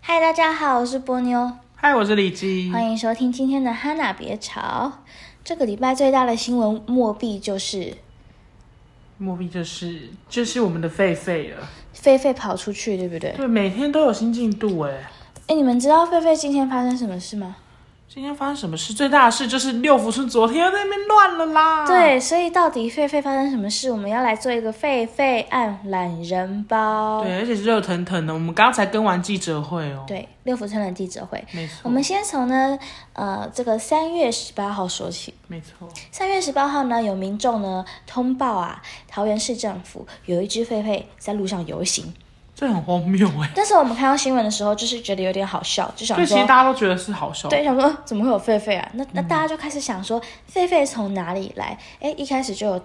嗨，大家好，我是波妞，嗨，我是李基。欢迎收听今天的《哈娜别吵》。这个礼拜最大的新闻莫必就是莫比就是就是我们的狒狒了，狒狒跑出去，对不对？对，每天都有新进度哎。哎，你们知道狒狒今天发生什么事吗？今天发生什么事？最大的事就是六福村昨天又在那边乱了啦。对，所以到底狒狒发生什么事？我们要来做一个狒狒案懒人包。对，而且是热腾腾的。我们刚才跟完记者会哦。对，六福村的记者会。没错，我们先从呢，呃，这个三月十八号说起。没错，三月十八号呢，有民众呢通报啊，桃园市政府有一只狒狒在路上游行。这很荒谬哎。那时候我们看到新闻的时候，就是觉得有点好笑，就想所以其实说，大家都嗯觉得是好笑。对，想说呃怎么会有狒狒啊？那那大家就开始想说，狒狒从哪里来？哎，一开始就有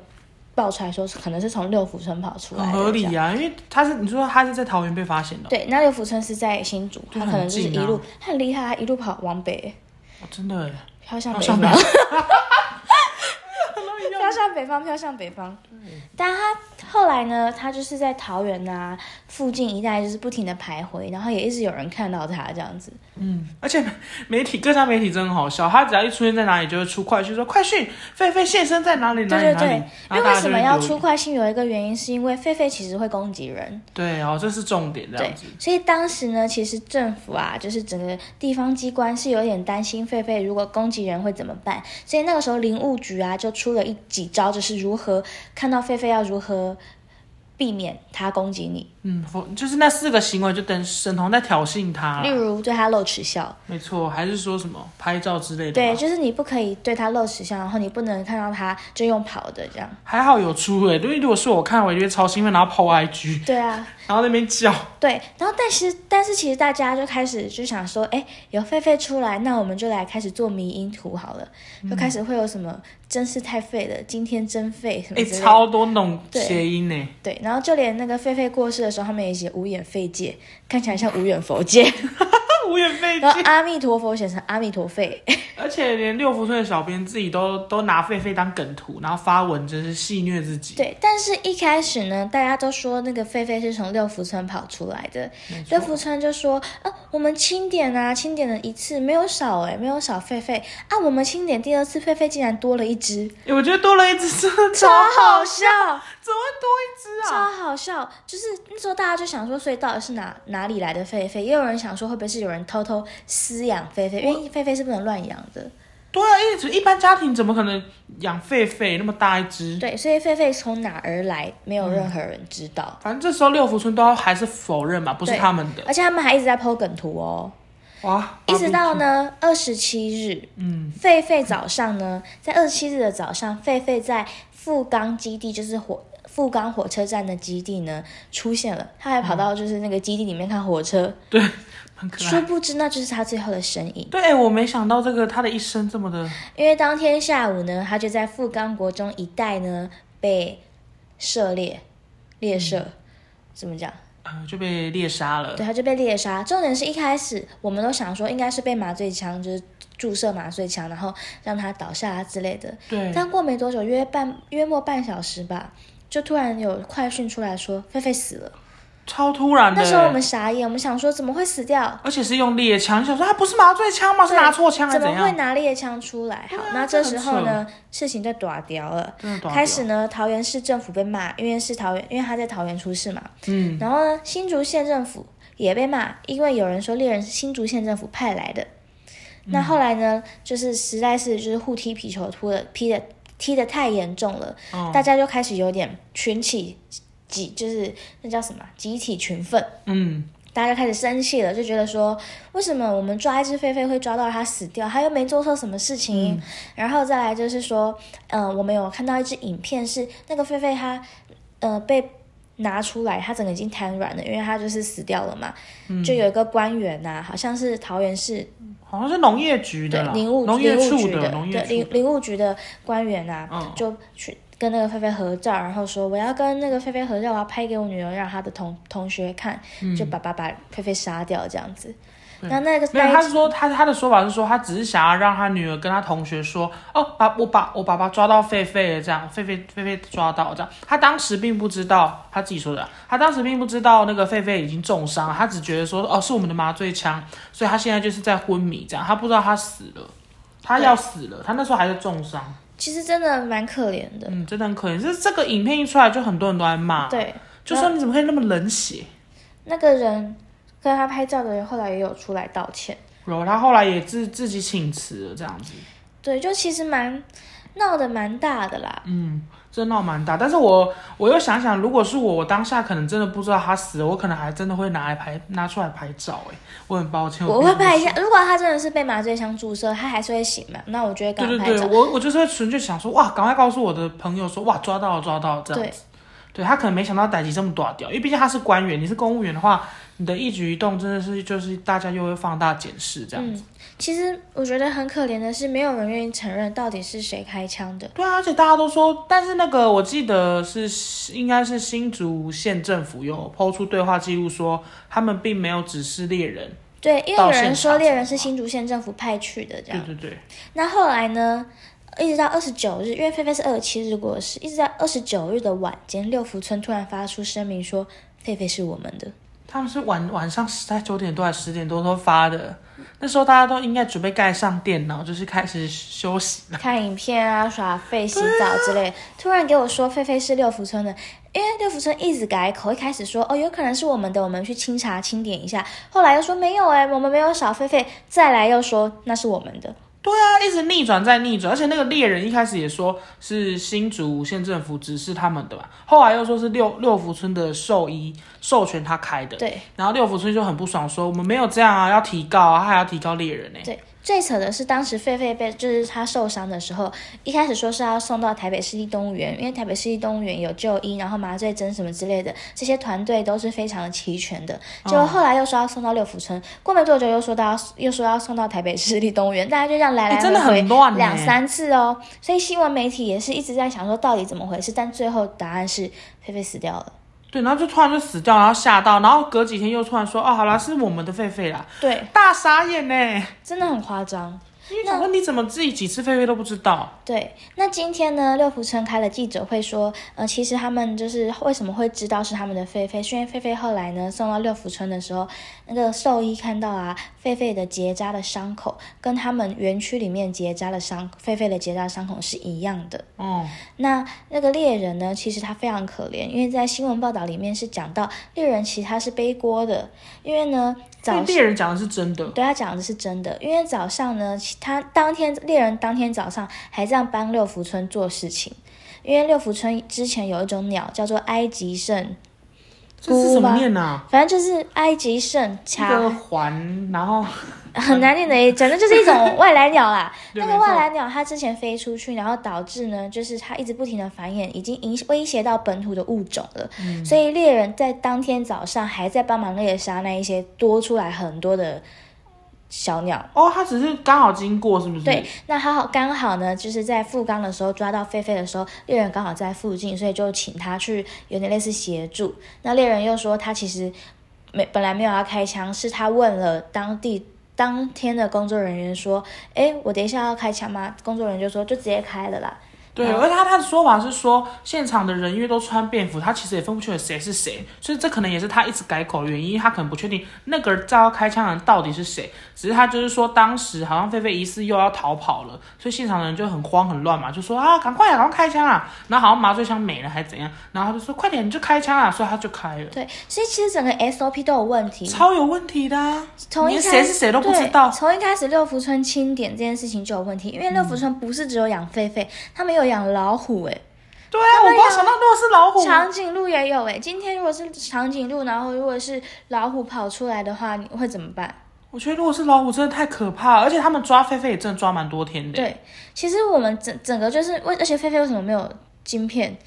爆出来说，可能是从六福村跑出来很的，合理这样。啊，因为他是你说他是在桃园被发现的哦，对，那六福村是在新竹，就他很可能就是一近啊路，他很厉害，他一路跑往北，哦真的哎，飘向好北像没方有， 飘向北方，飘向北方。嗯但他后来呢，他就是在桃园啊附近一带，就是不停的徘徊，然后也一直有人看到他这样子。而且媒体各家媒体真的好笑，他只要一出现在哪里，就会出快讯说快讯，狒狒现身在哪里哪里对对哪对里。因然为后大为家什就么会要留意出快讯？有一个原因是因为狒狒其实会攻击人，对哦，这是重点，这对样子。，所以当时呢，其实政府啊，就是整个地方机关是有点担心狒狒如果攻击人会怎么办，所以那个时候林务局啊就出了一几招，就是如何看到狒狒要如何避免它攻击你，嗯，否就是那四个行为就等沈彤在挑衅他例啦，如对它露齿笑，没错，还是说什么拍照之类的对，吧。就是你不可以对它露齿笑，然后你不能看到它就用跑的这样，还好有出欸诶、因为如果是我看，我就会超兴奋，然后 PO IG，对啊，然后在那边叫，对，然后但是但是其实大家就开始就想说，哎，有狒狒出来，那我们就来开始做迷因图好了，嗯就开始会有什么真是太废了，今天真废什么哎、之类的。超多那种对谐音欸呢、对，然后就连那个狒狒过世的时候，他们也写无眼废界，看起来像无眼佛 界，那我也费然后劲，阿弥陀佛写成阿弥陀废。而且连六福村的小编自己都都拿狒狒当梗图，然后发文真是戏虐自己。对，但是一开始呢，大家都说那个狒狒是从六福村跑出来的，六福村就说，啊，我们清点啊，清点了一次没有少哎、没有少狒狒啊，我们清点第二次狒狒竟然多了一只，哎、我觉得多了一只真的超超好，好笑，怎么会多一只啊？超好笑，就是那时候大家就想说，所以到底是哪哪里来的狒狒？也有人想说，会不会是有人偷偷饲养狒狒？因为狒狒是不能乱养的，对啊，因为只一般家庭怎么可能养狒狒那么大一只？对，所以狒狒从哪儿来，没有任何人知道。反正这时候六福村都还是否认嘛，不是对他们的。而且他们还一直在剖梗图哦，哇，一直到呢二十七日，嗯，狒狒早上呢，在二十七日的早上，狒狒在富冈基地，就是火富冈火车站的基地呢出现了，他还跑到就是那个基地里面看火车，嗯很可殊爱。不知那就是他最后的身影。对，哎我没想到这个他的一生这么的，因为当天下午呢，他就在富冈国中一带呢被射猎，猎射、嗯怎么讲？呃，就被猎杀了。对，他就被猎杀。重点是一开始我们都想说应该是被麻醉枪，就是注射麻醉枪，然后让他倒下啊之类的。对，但过没多久，约半约莫半小时吧，就突然有快讯出来说菲菲死了。超突然的。那时候我们傻眼，我们想说怎么会死掉？而且是用猎枪，想说啊他不是麻醉枪吗？是拿错枪还是怎怎么会样？拿猎枪出来？好，对啊那这这很时候呢，事情就短掉了。嗯真的短开始呢，桃园市政府被骂，因为是桃园，因为他在桃园出事嘛。嗯，然后呢，新竹县政府也被骂，因为有人说猎人是新竹县政府派来的。那嗯后来呢，就是实在是就是互踢皮球，突的踢的踢的太严重了，哦大家就开始有点群起集，就是那叫什么啊集体群愤，嗯，大家就开始生气了，就觉得说为什么我们抓一只狒狒会抓到它死掉，它又没做错什么事情。然后再来就是说，嗯、我们有看到一支影片是那个狒狒它，呃，被拿出来，它整个已经瘫软了，因为它就是死掉了嘛。嗯就有一个官员呐、好像是桃园市好像是农业局的对啦，林务农林业务处局的，农对业林处林务局的官员呐、嗯就去跟那个狒狒合照，然后说我要跟那个狒狒合嗯照，我要拍给我女儿，让她的同同学看，就把把把狒狒杀掉这样子。那那个没有，那一他是说他他的说法是说，他只是想要让他女儿跟他同学说，哦，把我把我爸爸抓到狒狒了，这样，狒狒狒狒抓到这样。他当时并不知道，他自己说的啊，他当时并不知道那个狒狒已经重伤了，他只觉得说，哦，是我们的麻醉枪，所以他现在就是在昏迷这样，他不知道他死了，他要死了，他那时候还是重伤，其实真的蛮可怜的。嗯，真的很可怜。就是这个影片一出来，就很多人都在骂，对，就说你怎么可以那么冷血？那个人跟他拍照的人后来也有出来道歉。然后他后来也自自己请辞了，这样子。对，就其实蛮闹得蛮大的啦。嗯真闹蛮大，但是我我又想想，如果是我，我当下可能真的不知道他死了，我可能还真的会拿来拍拿出来拍照、欸，我很抱歉，我会并不拍一是下，如果他真的是被麻醉枪注射，他还是会醒嘛？那我就会赶对快对拍对，照。我我就是会纯粹想说，哇，赶快告诉我的朋友说，哇，抓到了，抓到了这样对子。对他可能没想到逮起这么大掉，因为毕竟他是官员，你是公务员的话，你的一举一动真的是就是大家又会放大检视这样。嗯，其实我觉得很可怜的是，没有人愿意承认到底是谁开枪的。对啊，而且大家都说，但是那个我记得是应该是新竹县政府有抛出对话记录说，他们并没有指示猎人。对，因为到有现人场说猎人才是新竹县政府派去的，这对样。对对，那后来呢？一直到二十九日，因为狒狒是二十七日过世，一直到二十九日的晚间，六福村突然发出声明说，狒狒是我们的。他们是晚晚上十在九点多还是十点多都发的，那时候大家都应该准备盖上电脑，就是开始休息了。看影片啊、耍废、洗澡之类。突然给我说狒狒是六福村的，因为六福村一直改口，一开始说哦有可能是我们的，我们去清查清点一下，后来又说没有哎、我们没有少狒狒，再来又说那是我们的。对啊，一直逆转再逆转，而且那个猎人一开始也说是新竹县政府指示他们的嘛，后来又说是六六福村的兽医授权他开的，对然后六福村就很不爽，说我们没有这样啊，要提高啊，他还要提高猎人呢、对，最扯的是当时狒狒被就是他受伤的时候，一开始说是要送到台北市立动物园，因为台北市立动物园有就医，然后麻醉针什么之类的，这些团队都是非常的齐全的。哦结果后来又说要送到六福村，过没多久又说到又说要送到台北市立动物园，大家就这样来来哎真的回回很乱呢两三次哦。所以新闻媒体也是一直在想说到底怎么回事，但最后答案是狒狒死掉了。对，然后就突然就死掉，然后吓到，然后隔几天又突然说，哦，好啦，是我们的狒狒啦，对，大傻眼呢、真的很夸张。因为想说你怎么自己几次狒狒都不知道？对，那今天呢，六福村开了记者会说，呃，其实他们就是为什么会知道是他们的狒狒，是因为狒狒后来呢送到六福村的时候，那个兽医看到啊，狒狒的结扎的伤口跟他们园区里面结扎的伤狒狒的结扎伤口是一样的。哦，那那个猎人呢，其实他非常可怜，因为在新闻报道里面是讲到猎人其实他是背锅的，因为呢因早为猎人讲的是真的，对他讲的是真的，因为早上呢，其他当天猎人当天早上还这样帮六福村做事情，因为六福村之前有一种鸟叫做埃及圣，这是菇怎么吗念啊？反正就是埃及圣一卡，个环，然后很难念的一，反正就是一 种外来鸟啦。对那没个错外来鸟它之前飞出去，然后导致呢，就是它一直不停的繁衍，已经影威胁到本土的物种了。嗯所以猎人在当天早上还在帮忙猎杀那一些多出来很多的小鸟。哦，他只是刚好经过，是不是？对，，那他好刚好呢，就是在富冈的时候抓到狒狒的时候，猎人刚好在附近，所以就请他去有点类似协助。那猎人又说他其实没本来没有要开枪，是他问了当地。嗯当天的工作人员说：“哎，我等一下要开枪吗？”工作人员就说：“就直接开了啦。对，而且他他的说法是说，现场的人因为都穿便服，他其实也分不清楚谁是谁，所以这可能也是他一直改口的原因，因为他可能不确定那个遭开枪的人到底是谁，只是他就是说当时好像菲菲疑似又要逃跑了，所以现场的人就很慌很乱嘛，就说啊赶快啊赶快开枪啊，然后好像麻醉枪没了还是怎样，然后他就说快点你就开枪啊，所以他就开了”，对，所以其实整个 SOP 都有问题。超有问题的、啊，从一连开谁是谁都不知对道，从一开始六福村清点这件事情就有问题，因为六福村不是只有养狒狒，他们有养老虎、哎，对啊，我没有想到如果是老虎，长颈鹿也有诶、今天如果是长颈鹿，然后如果是老虎跑出来的话，你会怎么办？我觉得如果是老虎真的太可怕了，而且他们抓狒狒也真的抓蛮多天的。，对，其实我们整整个就是为，而且菲菲为什么没有晶片？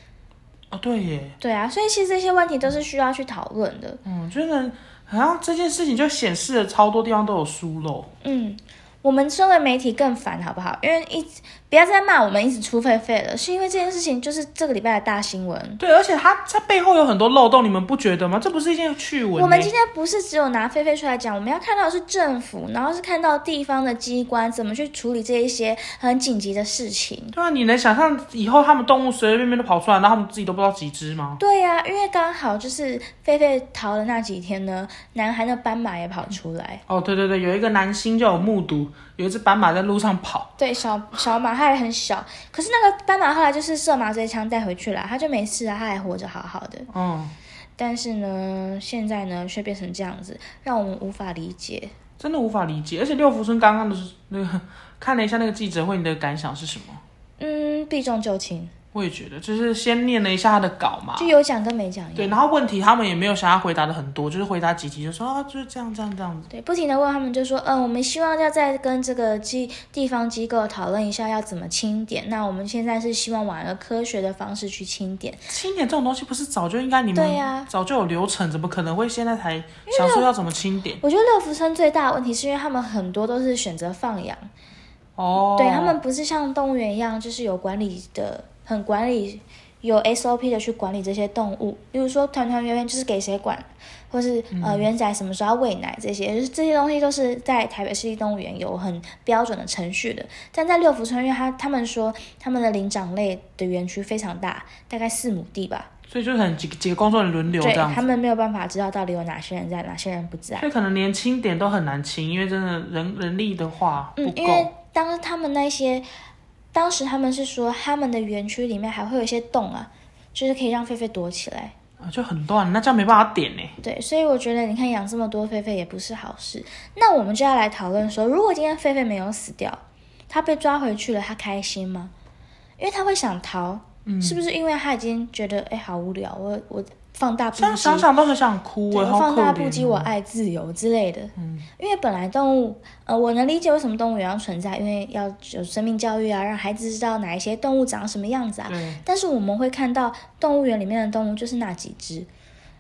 哦对耶，对啊，所以其实这些问题都是需要去讨论的。嗯，觉得好像这件事情就显示了超多地方都有疏漏。嗯，我们身为媒体更烦，好不好？因为一不要再骂我们一直出狒狒了，是因为这件事情就是这个礼拜的大新闻。对，而且它它背后有很多漏洞，你们不觉得吗？这不是一件趣闻、欸。我们今天不是只有拿狒狒出来讲，我们要看到的是政府，然后是看到地方的机关怎么去处理这一些很紧急的事情。对啊，你能想象以后他们动物随随便便都跑出来，然后他们自己都不知道几只吗？对呀、因为刚好就是狒狒逃的那几天呢，南韩的斑马也跑出来。哦，对对对，有一个男星就有目睹有一只斑马在路上跑，对，小小马它还很小，可是那个斑马后来就是射麻醉枪带回去了，它就没事啊，它还活着好好的。嗯，但是呢，现在呢却变成这样子，让我们无法理解。真的无法理解。而且六福村刚刚的那个看了一下那个记者会，你的感想是什么？嗯，避重就轻，我也觉得，就是先念了一下他的稿嘛，就有讲跟没讲一样。对，然后问题他们也没有想要回答的很多，就是回答几题就说啊，就是这样这样这样子。对，不停的问他们，就说，嗯，我们希望要再跟这个机地方机构讨论一下要怎么清点。那我们现在是希望往一个科学的方式去清点，清点这种东西不是早就应该你们对呀早就有流程，怎么可能会现在才想说要怎么清点？我觉得乐福村最大的问题是因为他们很多都是选择放养，哦，嗯对他们不是像动物园一样，就是有管理的，很管理有 SOP 的去管理这些动物。例如说团团圆圆就是给谁管，或是嗯呃圆仔什么时候要喂奶这些，就是这些东西都是在台北市立动物园有很标准的程序的。但在六福村，因为他他们说他们的灵长类的园区非常大，大概四亩地吧，所以就是很几几个工作人员轮流对这样他子，们没有办法知道到底有哪些人在，哪些人不在。所以可能连清点都很难清，因为真的人人力的话不嗯，因够为。当他们那些，当时他们是说他们的园区里面还会有一些洞啊，就是可以让狒狒躲起来。啊就很乱，那这样没办法点呢、对，所以我觉得你看养这么多狒狒也不是好事。那我们就要来讨论说，如果今天狒狒没有死掉，它被抓回去了，它开心吗？因为它会想逃，嗯是不是因为它已经觉得哎好无聊，我我放大不这样羁想想都很想哭对哎、我好放可大不怜羁，哦。我爱自由之类的。嗯，因为本来动物，呃，我能理解为什么动物园要存在，因为要有生命教育啊，让孩子知道哪一些动物长什么样子啊。对，但是我们会看到动物园里面的动物就是那几只，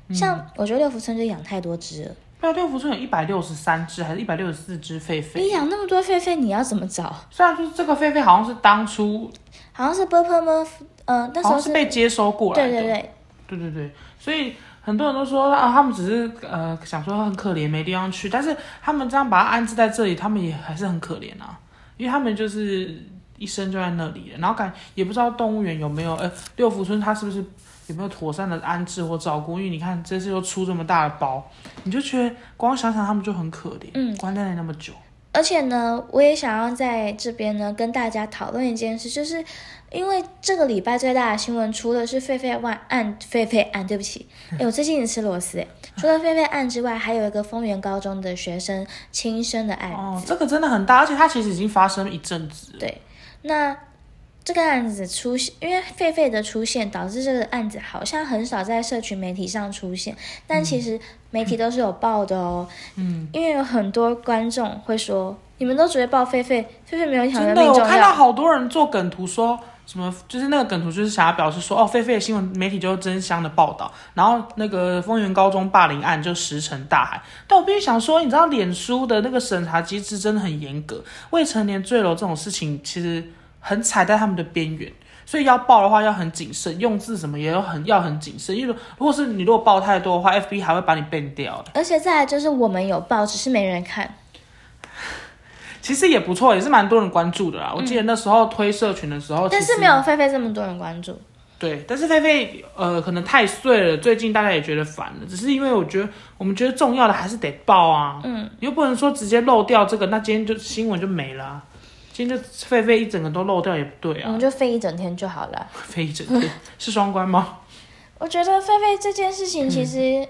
嗯像我觉得六福村就养太多只了。对啊，六福村有一百六十三只还是一百六十四只狒你狒？哎养那么多狒狒，你要怎么找？虽然说这个狒狒好像是当初好像是 b u r p l e m u 呃，那时候好像是被接收过来对的，对对，对对对，所以很多人都说啊，他们只是呃想说很可怜，没地方去，但是他们这样把它安置在这里，他们也还是很可怜啊，因为他们就是一生就在那里了，然后感也不知道动物园有没有呃六福村它是不是有没有妥善的安置或照顾，因为你看这次又出这么大的包，你就觉得光想想他们就很可怜，嗯，关在那里那么久，而且呢，我也想要在这边呢跟大家讨论一件事，就是因为这个礼拜最大的新闻，除了是狒狒案案狒狒案，对不起，哎，我最近也吃螺丝哎。 除了狒狒案之外，还有一个丰原高中的学生轻生的案。哦，这个真的很大，而且它其实已经发生一阵子了，对，那这个案子出现，因为狒狒的出现，导致这个案子好像很少在社群媒体上出现，但其实媒体都是有报的哦。嗯，因为有很多观众会说，你们都只会报狒狒，狒狒没有一条真人的，命我重看到要。好多人做梗图说什么，就是那个梗图就是想要表示说，哦，狒狒的新闻媒体就是争相的报道，然后那个丰原高中霸凌案就石沉大海。但我必须想说，你知道脸书的那个审查机制真的很严格，未成年坠楼这种事情其实很踩在他们的边缘。所以要报的话要很谨慎，用字什么也要很要很谨慎，因为如果是你如果报太多的话，FB 还会把你 ban 掉。而且再来就是我们有报，只是没人看。其实也不错，也是蛮多人关注的啦。我记得那时候推社群的时候，但其实是没有狒狒这么多人关注。对，但是菲菲呃可能太碎了，最近大家也觉得烦了，只是因为我觉得我们觉得重要的还是得报啊，嗯，你又不能说直接漏掉这个，那今天就新闻就没了啊、今天就菲菲一整个都漏掉也不对我啊，们就飞一整天就好了。飞一整 天是双关吗？我觉得狒狒这件事情其实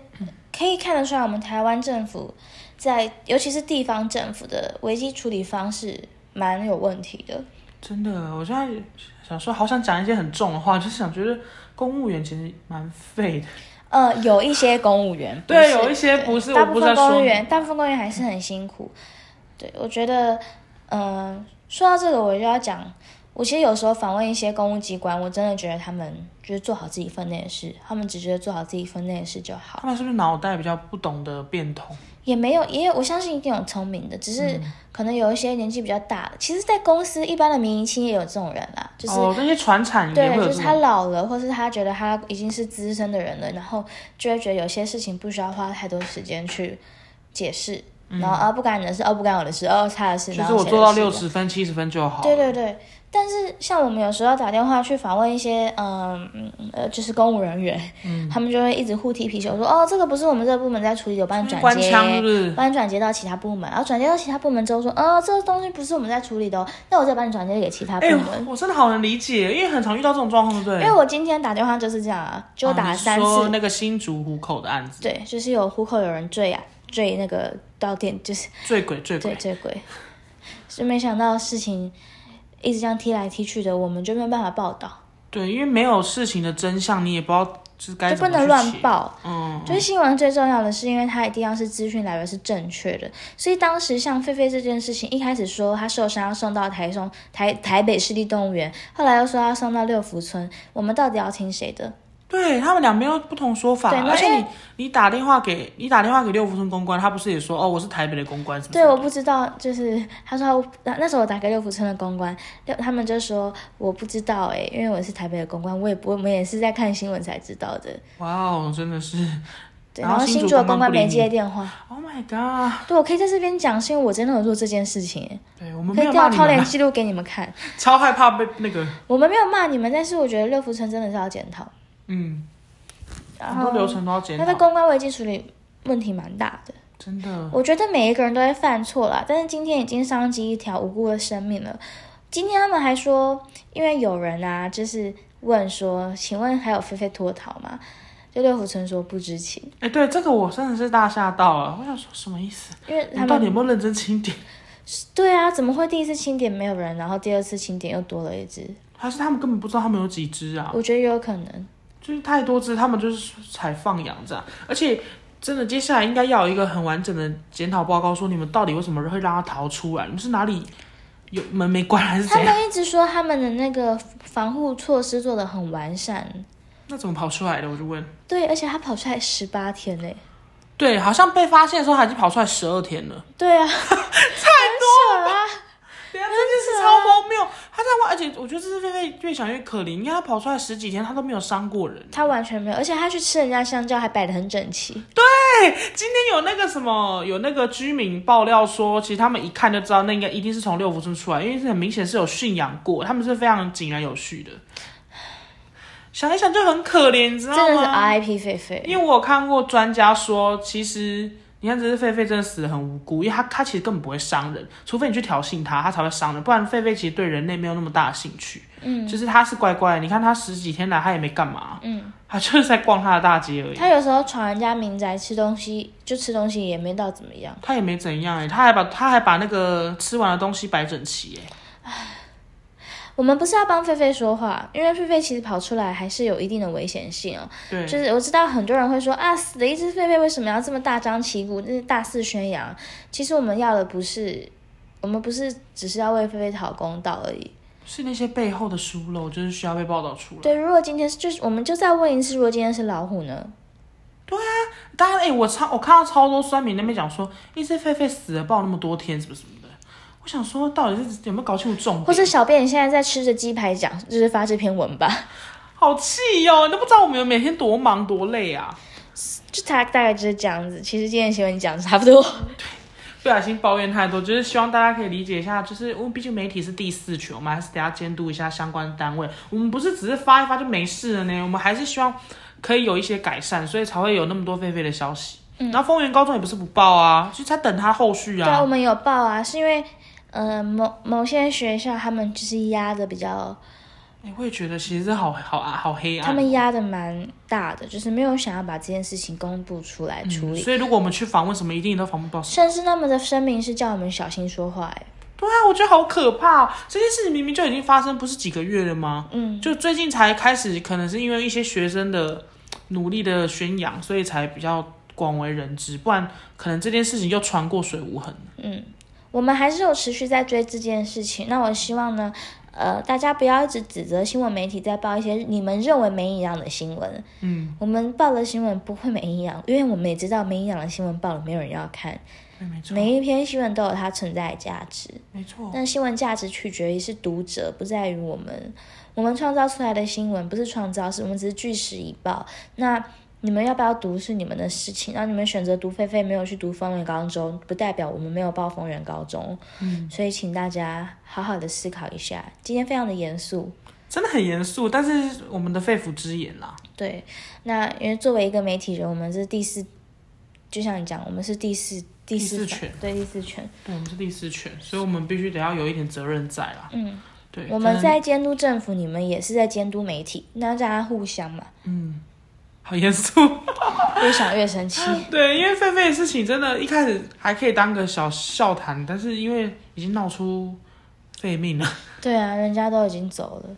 可以看得出来，我们台湾政府在尤其是地方政府的危机处理方式蛮有问题的。真的，我现在想说，好想讲一些很重的话，就是想觉得公务员其实蛮废的，呃，有一些公务员不对，是有一些不是大我部不是在分说公务你，员，大部分公务员还是很辛苦。对，我觉得，呃，说到这个，我就要讲，我其实有时候访问一些公务机关，我真的觉得他们就是做好自己分内的事，他们只觉得做好自己分内的事就好。他们是不是脑袋比较不懂得变通？也没有，也有我相信一定有聪明的，只是嗯可能有一些年纪比较大的。其实，在公司一般的民营企业也有这种人啦，就是、哦，那些传产也对，会有就这是种他老了，或是他觉得他已经是资深的人了，然后就会觉得有些事情不需要花太多时间去解释，然后啊不干你的事，哦不干我的事，哦他的事，就然是后嗯我谁做的到事六这样十分、七十分就好了。对对对，但是像我们有时候打电话去访问一些，嗯嗯呃，就是公务人员，嗯他们就会一直互踢皮球，说哦，这个不是我们这个部门在处理的，我帮你转官接，腔是不是帮你转接到其他部门，然后转接到其他部门之后说，哦，这个东西不是我们在处理的哦，那我再帮你转接给其他部哎、门。我真的好能理解，因为很常遇到这种状况，对不因对？为我今天打电话就是这样啊，就打哦了你是三说次，那个新竹虎口的案子，对，就是有虎口有人坠啊，坠那个到店，就是醉鬼醉对鬼，这鬼，就没想到事情一直这样踢来踢去的，我们就没有办法报道。对，因为没有事情的真相，你也不知道是该就怎不么能去乱写。报。嗯，就是新闻最重要的是，因为它一定要是资讯来源是正确的。所以当时像狒狒这件事情，一开始说他受伤要送到台中台台北市立动物园，后来又说要送到六福村，我们到底要听谁的？对他们两边都不同说法，对那而且因为你你打电话给你打电话给六福村公关，他不是也说哦我是台北的公关什么什对，么？我不知道，就是他说他那那时候我打给六福村的公关，六他们就说我不知道诶、因为我是台北的公关，我也不我们也是在看新闻才知道的。哇哦，真的是对，然然后后新新竹竹的公公关关不理没接你电话。 ，Oh my god！对，我可以在这边讲，是因为我真的有做这件事情、欸，对我们可没以有调骂你超们联啊，记录给你们看。超害怕被那个我们没有骂你们，但是我觉得六福村真的是要检讨。嗯，然很多后流程都要检他的讨，公关危机处理问题蛮大的，真的我觉得每一个人都会犯错啦，但是今天已经伤及一条无辜的生命了。今天他们还说，因为有人啊，就是问说，请问还有菲菲脱逃吗？就六福村说不知情，哎、对这个我真的是大吓到了，我想说什么意思？因为你他到底有们没有认真清点？对啊，怎么会第一次清点没有人，然后第二次清点又多了一只？还是他们根本不知道他们有几只啊？我觉得也有可能。就是太多只，他们就是才放养这样，而且。真的，接下来应该要有一个很完整的检讨报告，说你们到底为什么会让它逃出来？你们是哪里有门没关还是啊他怎样？们一直说他们的那个防护措施做的很完善，那怎么跑出来的？我就问。对，而且他跑出来十八天呢。对，好像被发现的时候还是跑出来十二天了。对啊，太多了啊！对啊，这件事超荒谬。他在外，而且我觉得这是菲菲越想越可怜，因为他跑出来十几天，他都没有伤过人。他完全没有，而且他去吃人家香蕉还摆得很整齐。今天有那个什么，有那个居民爆料说，其实他们一看就知道那应该一定是从六福村出来，因为是很明显是有驯养过，他们是非常井然有序的。想一想就很可怜，你知道真的是啊吗？ RIP 狒狒。因为我有看过专家说，其实你看，只是狒狒真的死的很无辜，因为他他其实根本不会伤人，除非你去挑衅他，他才会伤人，不然狒狒其实对人类没有那么大的兴趣。嗯，就是他是乖乖的，你看他十几天来他也没干嘛，嗯，他就是在逛他的大街而已。他有时候闯人家民宅吃东西，就吃东西也没到怎么样。他也没怎样哎、他还把他还把那个吃完的东西摆整齐哎、我们不是要帮狒狒说话，因为狒狒其实跑出来还是有一定的危险性哦。对，就是我知道很多人会说啊，死了一只狒狒为什么要这么大张旗鼓，就是大肆宣扬？其实我们要的不是，我们不是只是要为狒狒讨公道而已。是那些背后的疏漏，就是需要被报道出来。对，如果今天是就是我们就再问一次，如果今天是老虎呢？当然哎、我超我看到超多酸民那边讲说，一只狒狒死了抱那么多天什么什么的，我想说到底是有没有搞清楚重或点？是小便你现在在吃着鸡排讲，就是发这篇文吧，好气哟、你都不知道我们有每天多忙多累啊！就大大概就是这样子。其实今天的新闻讲得差不 多，不小心抱怨太多，就是希望大家可以理解一下，就是因为毕竟媒体是第四权，我们还是得要监督一下相关单位。我们不是只是发一发就没事了呢，我们还是希望可以有一些改善，所以才会有那么多狒狒的消息。然后丰原高中也不是不报啊，就是在等他后续嗯对啊，我啊。们有报啊，是因为呃某某些学校他们就是压的比较，哎、我也觉得其实好好啊，好黑暗。他们压的蛮大的，就是没有想要把这件事情公布出来处理，嗯所以如果我们去访问什么，一定都访问不到。甚至他们的声明是叫我们小心说话、欸，对啊，我觉得好可怕、哦，这件事情明明就已经发生，不是几个月了吗？嗯，就最近才开始，可能是因为一些学生的努力的宣扬，所以才比较广为人知，不然可能这件事情又传过水无痕。我们还是有持续在追这件事情。那我希望呢，呃，大家不要一直指责新闻媒体在报一些你们认为没营养的新闻。嗯，我们报的新闻不会没营养，因为我们也知道没营养的新闻报了没有人要看，对没错，哦每一篇新闻都有它存在的价值。没错，但新闻价值取决于是读者，不在于我们。我们创造出来的新闻不是创造，是我们只是据实以报。那你们要不要读是你们的事情，让你们选择读狒狒，没有去读疯人高中，不代表我们没有报疯人高中。嗯，所以请大家好好的思考一下。今天非常的严肃，真的很严肃，但是我们的肺腑之言啦、对。那因为作为一个媒体人，我们是第四，就像你讲，我们是第四第第四方权，对第四权。对，我们是第四权，所以我们必须得要有一点责任在啦。嗯，对，我真们的在监督政府，你们也是在监督媒体，那大家互相嘛。好严肃。 越想越生气。 对，因为狒狒的事情真的，一开始还可以当个小笑谈，但是因为已经闹出废命了，对啊，人家都已经走了，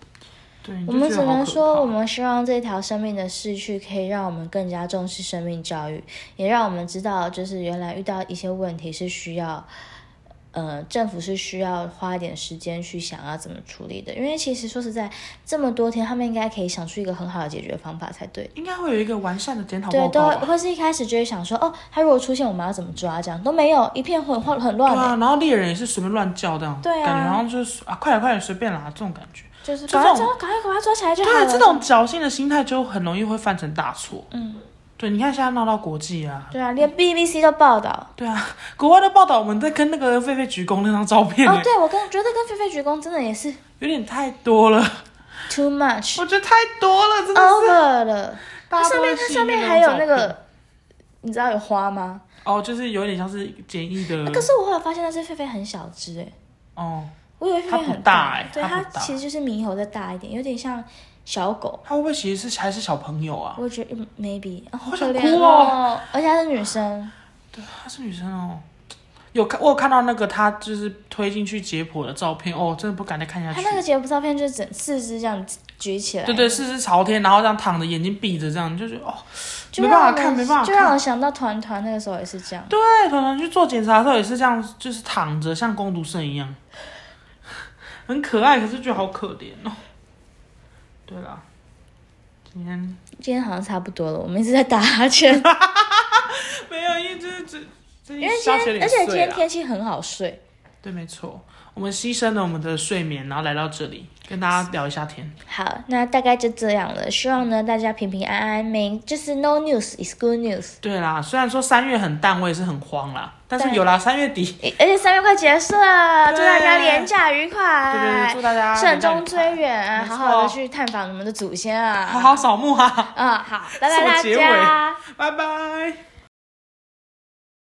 对，你我嗯就们觉只得好能可说，怕我们希望这条生命的逝去可以让我们更加重视生命教育，也让我们知道，就是原来遇到一些问题是需要。呃，政府是需要花一点时间去想要怎么处理的，因为其实说实在，这么多天他们应该可以想出一个很好的解决方法才对。应该会有一个完善的检讨对，报都告吧。会是一开始就会想说，哦，他如果出现，我们要怎么抓？这样都没有，一片混混很对乱、欸啊，然后猎人也是随便乱叫这样，对啊感觉好像就是啊，快点快点随便啦这种感觉。就是这赶快种抓，赶快赶快抓起来就好了。对，啊这种侥幸的心态就很容易会犯成大错。嗯，对，你看现在闹到国际啊，对啊，连 BBC 都报道，对啊， 国外的报道我们在跟那个狒狒鞠躬那张照片、欸哦，对，我跟觉得跟菲菲鞠躬真的也是有点太多了， too much 我觉得太多了，真的是。 over 了。它大家哦上都面会它吸上引面那还种有那照片个，你知道有花吗？哦，就是有点像是简易的，可是我后来发现那只狒狒很小只哎、哦，我以为狒它狒不很大欸对它它不大其实就是猕猴再大一点，有点像小狗。他会不会其实是还是小朋友啊？我觉得嗯 maybe 哦好好想可怜哭哦，而且它是女生，她是女生哦。有看，我有看到那个她就是推进去解剖的照片哦，真的不敢再看下它去。那个截图照片就是整四肢这样举起来，对对，四肢朝天，然后这样躺着，眼睛闭着，这样你就觉得哦，就没让办我法看没办法就让看我想到团团那个时候也是这样。对，团团去做检查的时候也是这样，就是躺着，像工读生一样， 很可爱，可是觉得好可怜哦。对啦，今天今天好像差不多了，我们一直在打哈欠。 没有，因为就是这这因为今小雪天，有点而且碎今天啦天气很好睡，对，没错，我们牺牲了我们的睡眠，然后来到这里跟大家聊一下天。好，那大概就这样了。希望呢大家平平安安，没就是 no news is good news。对啦，虽然说三月很淡，我也是很慌啦，但是对有啦，三月底，诶而且三月快结束了，对祝大家廉假愉快，对对对，祝大家哎慎终元追远，没错好好的去探访你们的祖先啊！啊旦快乐，好好扫墓哈、嗯，好，拜什拜么大结家。尾拜拜。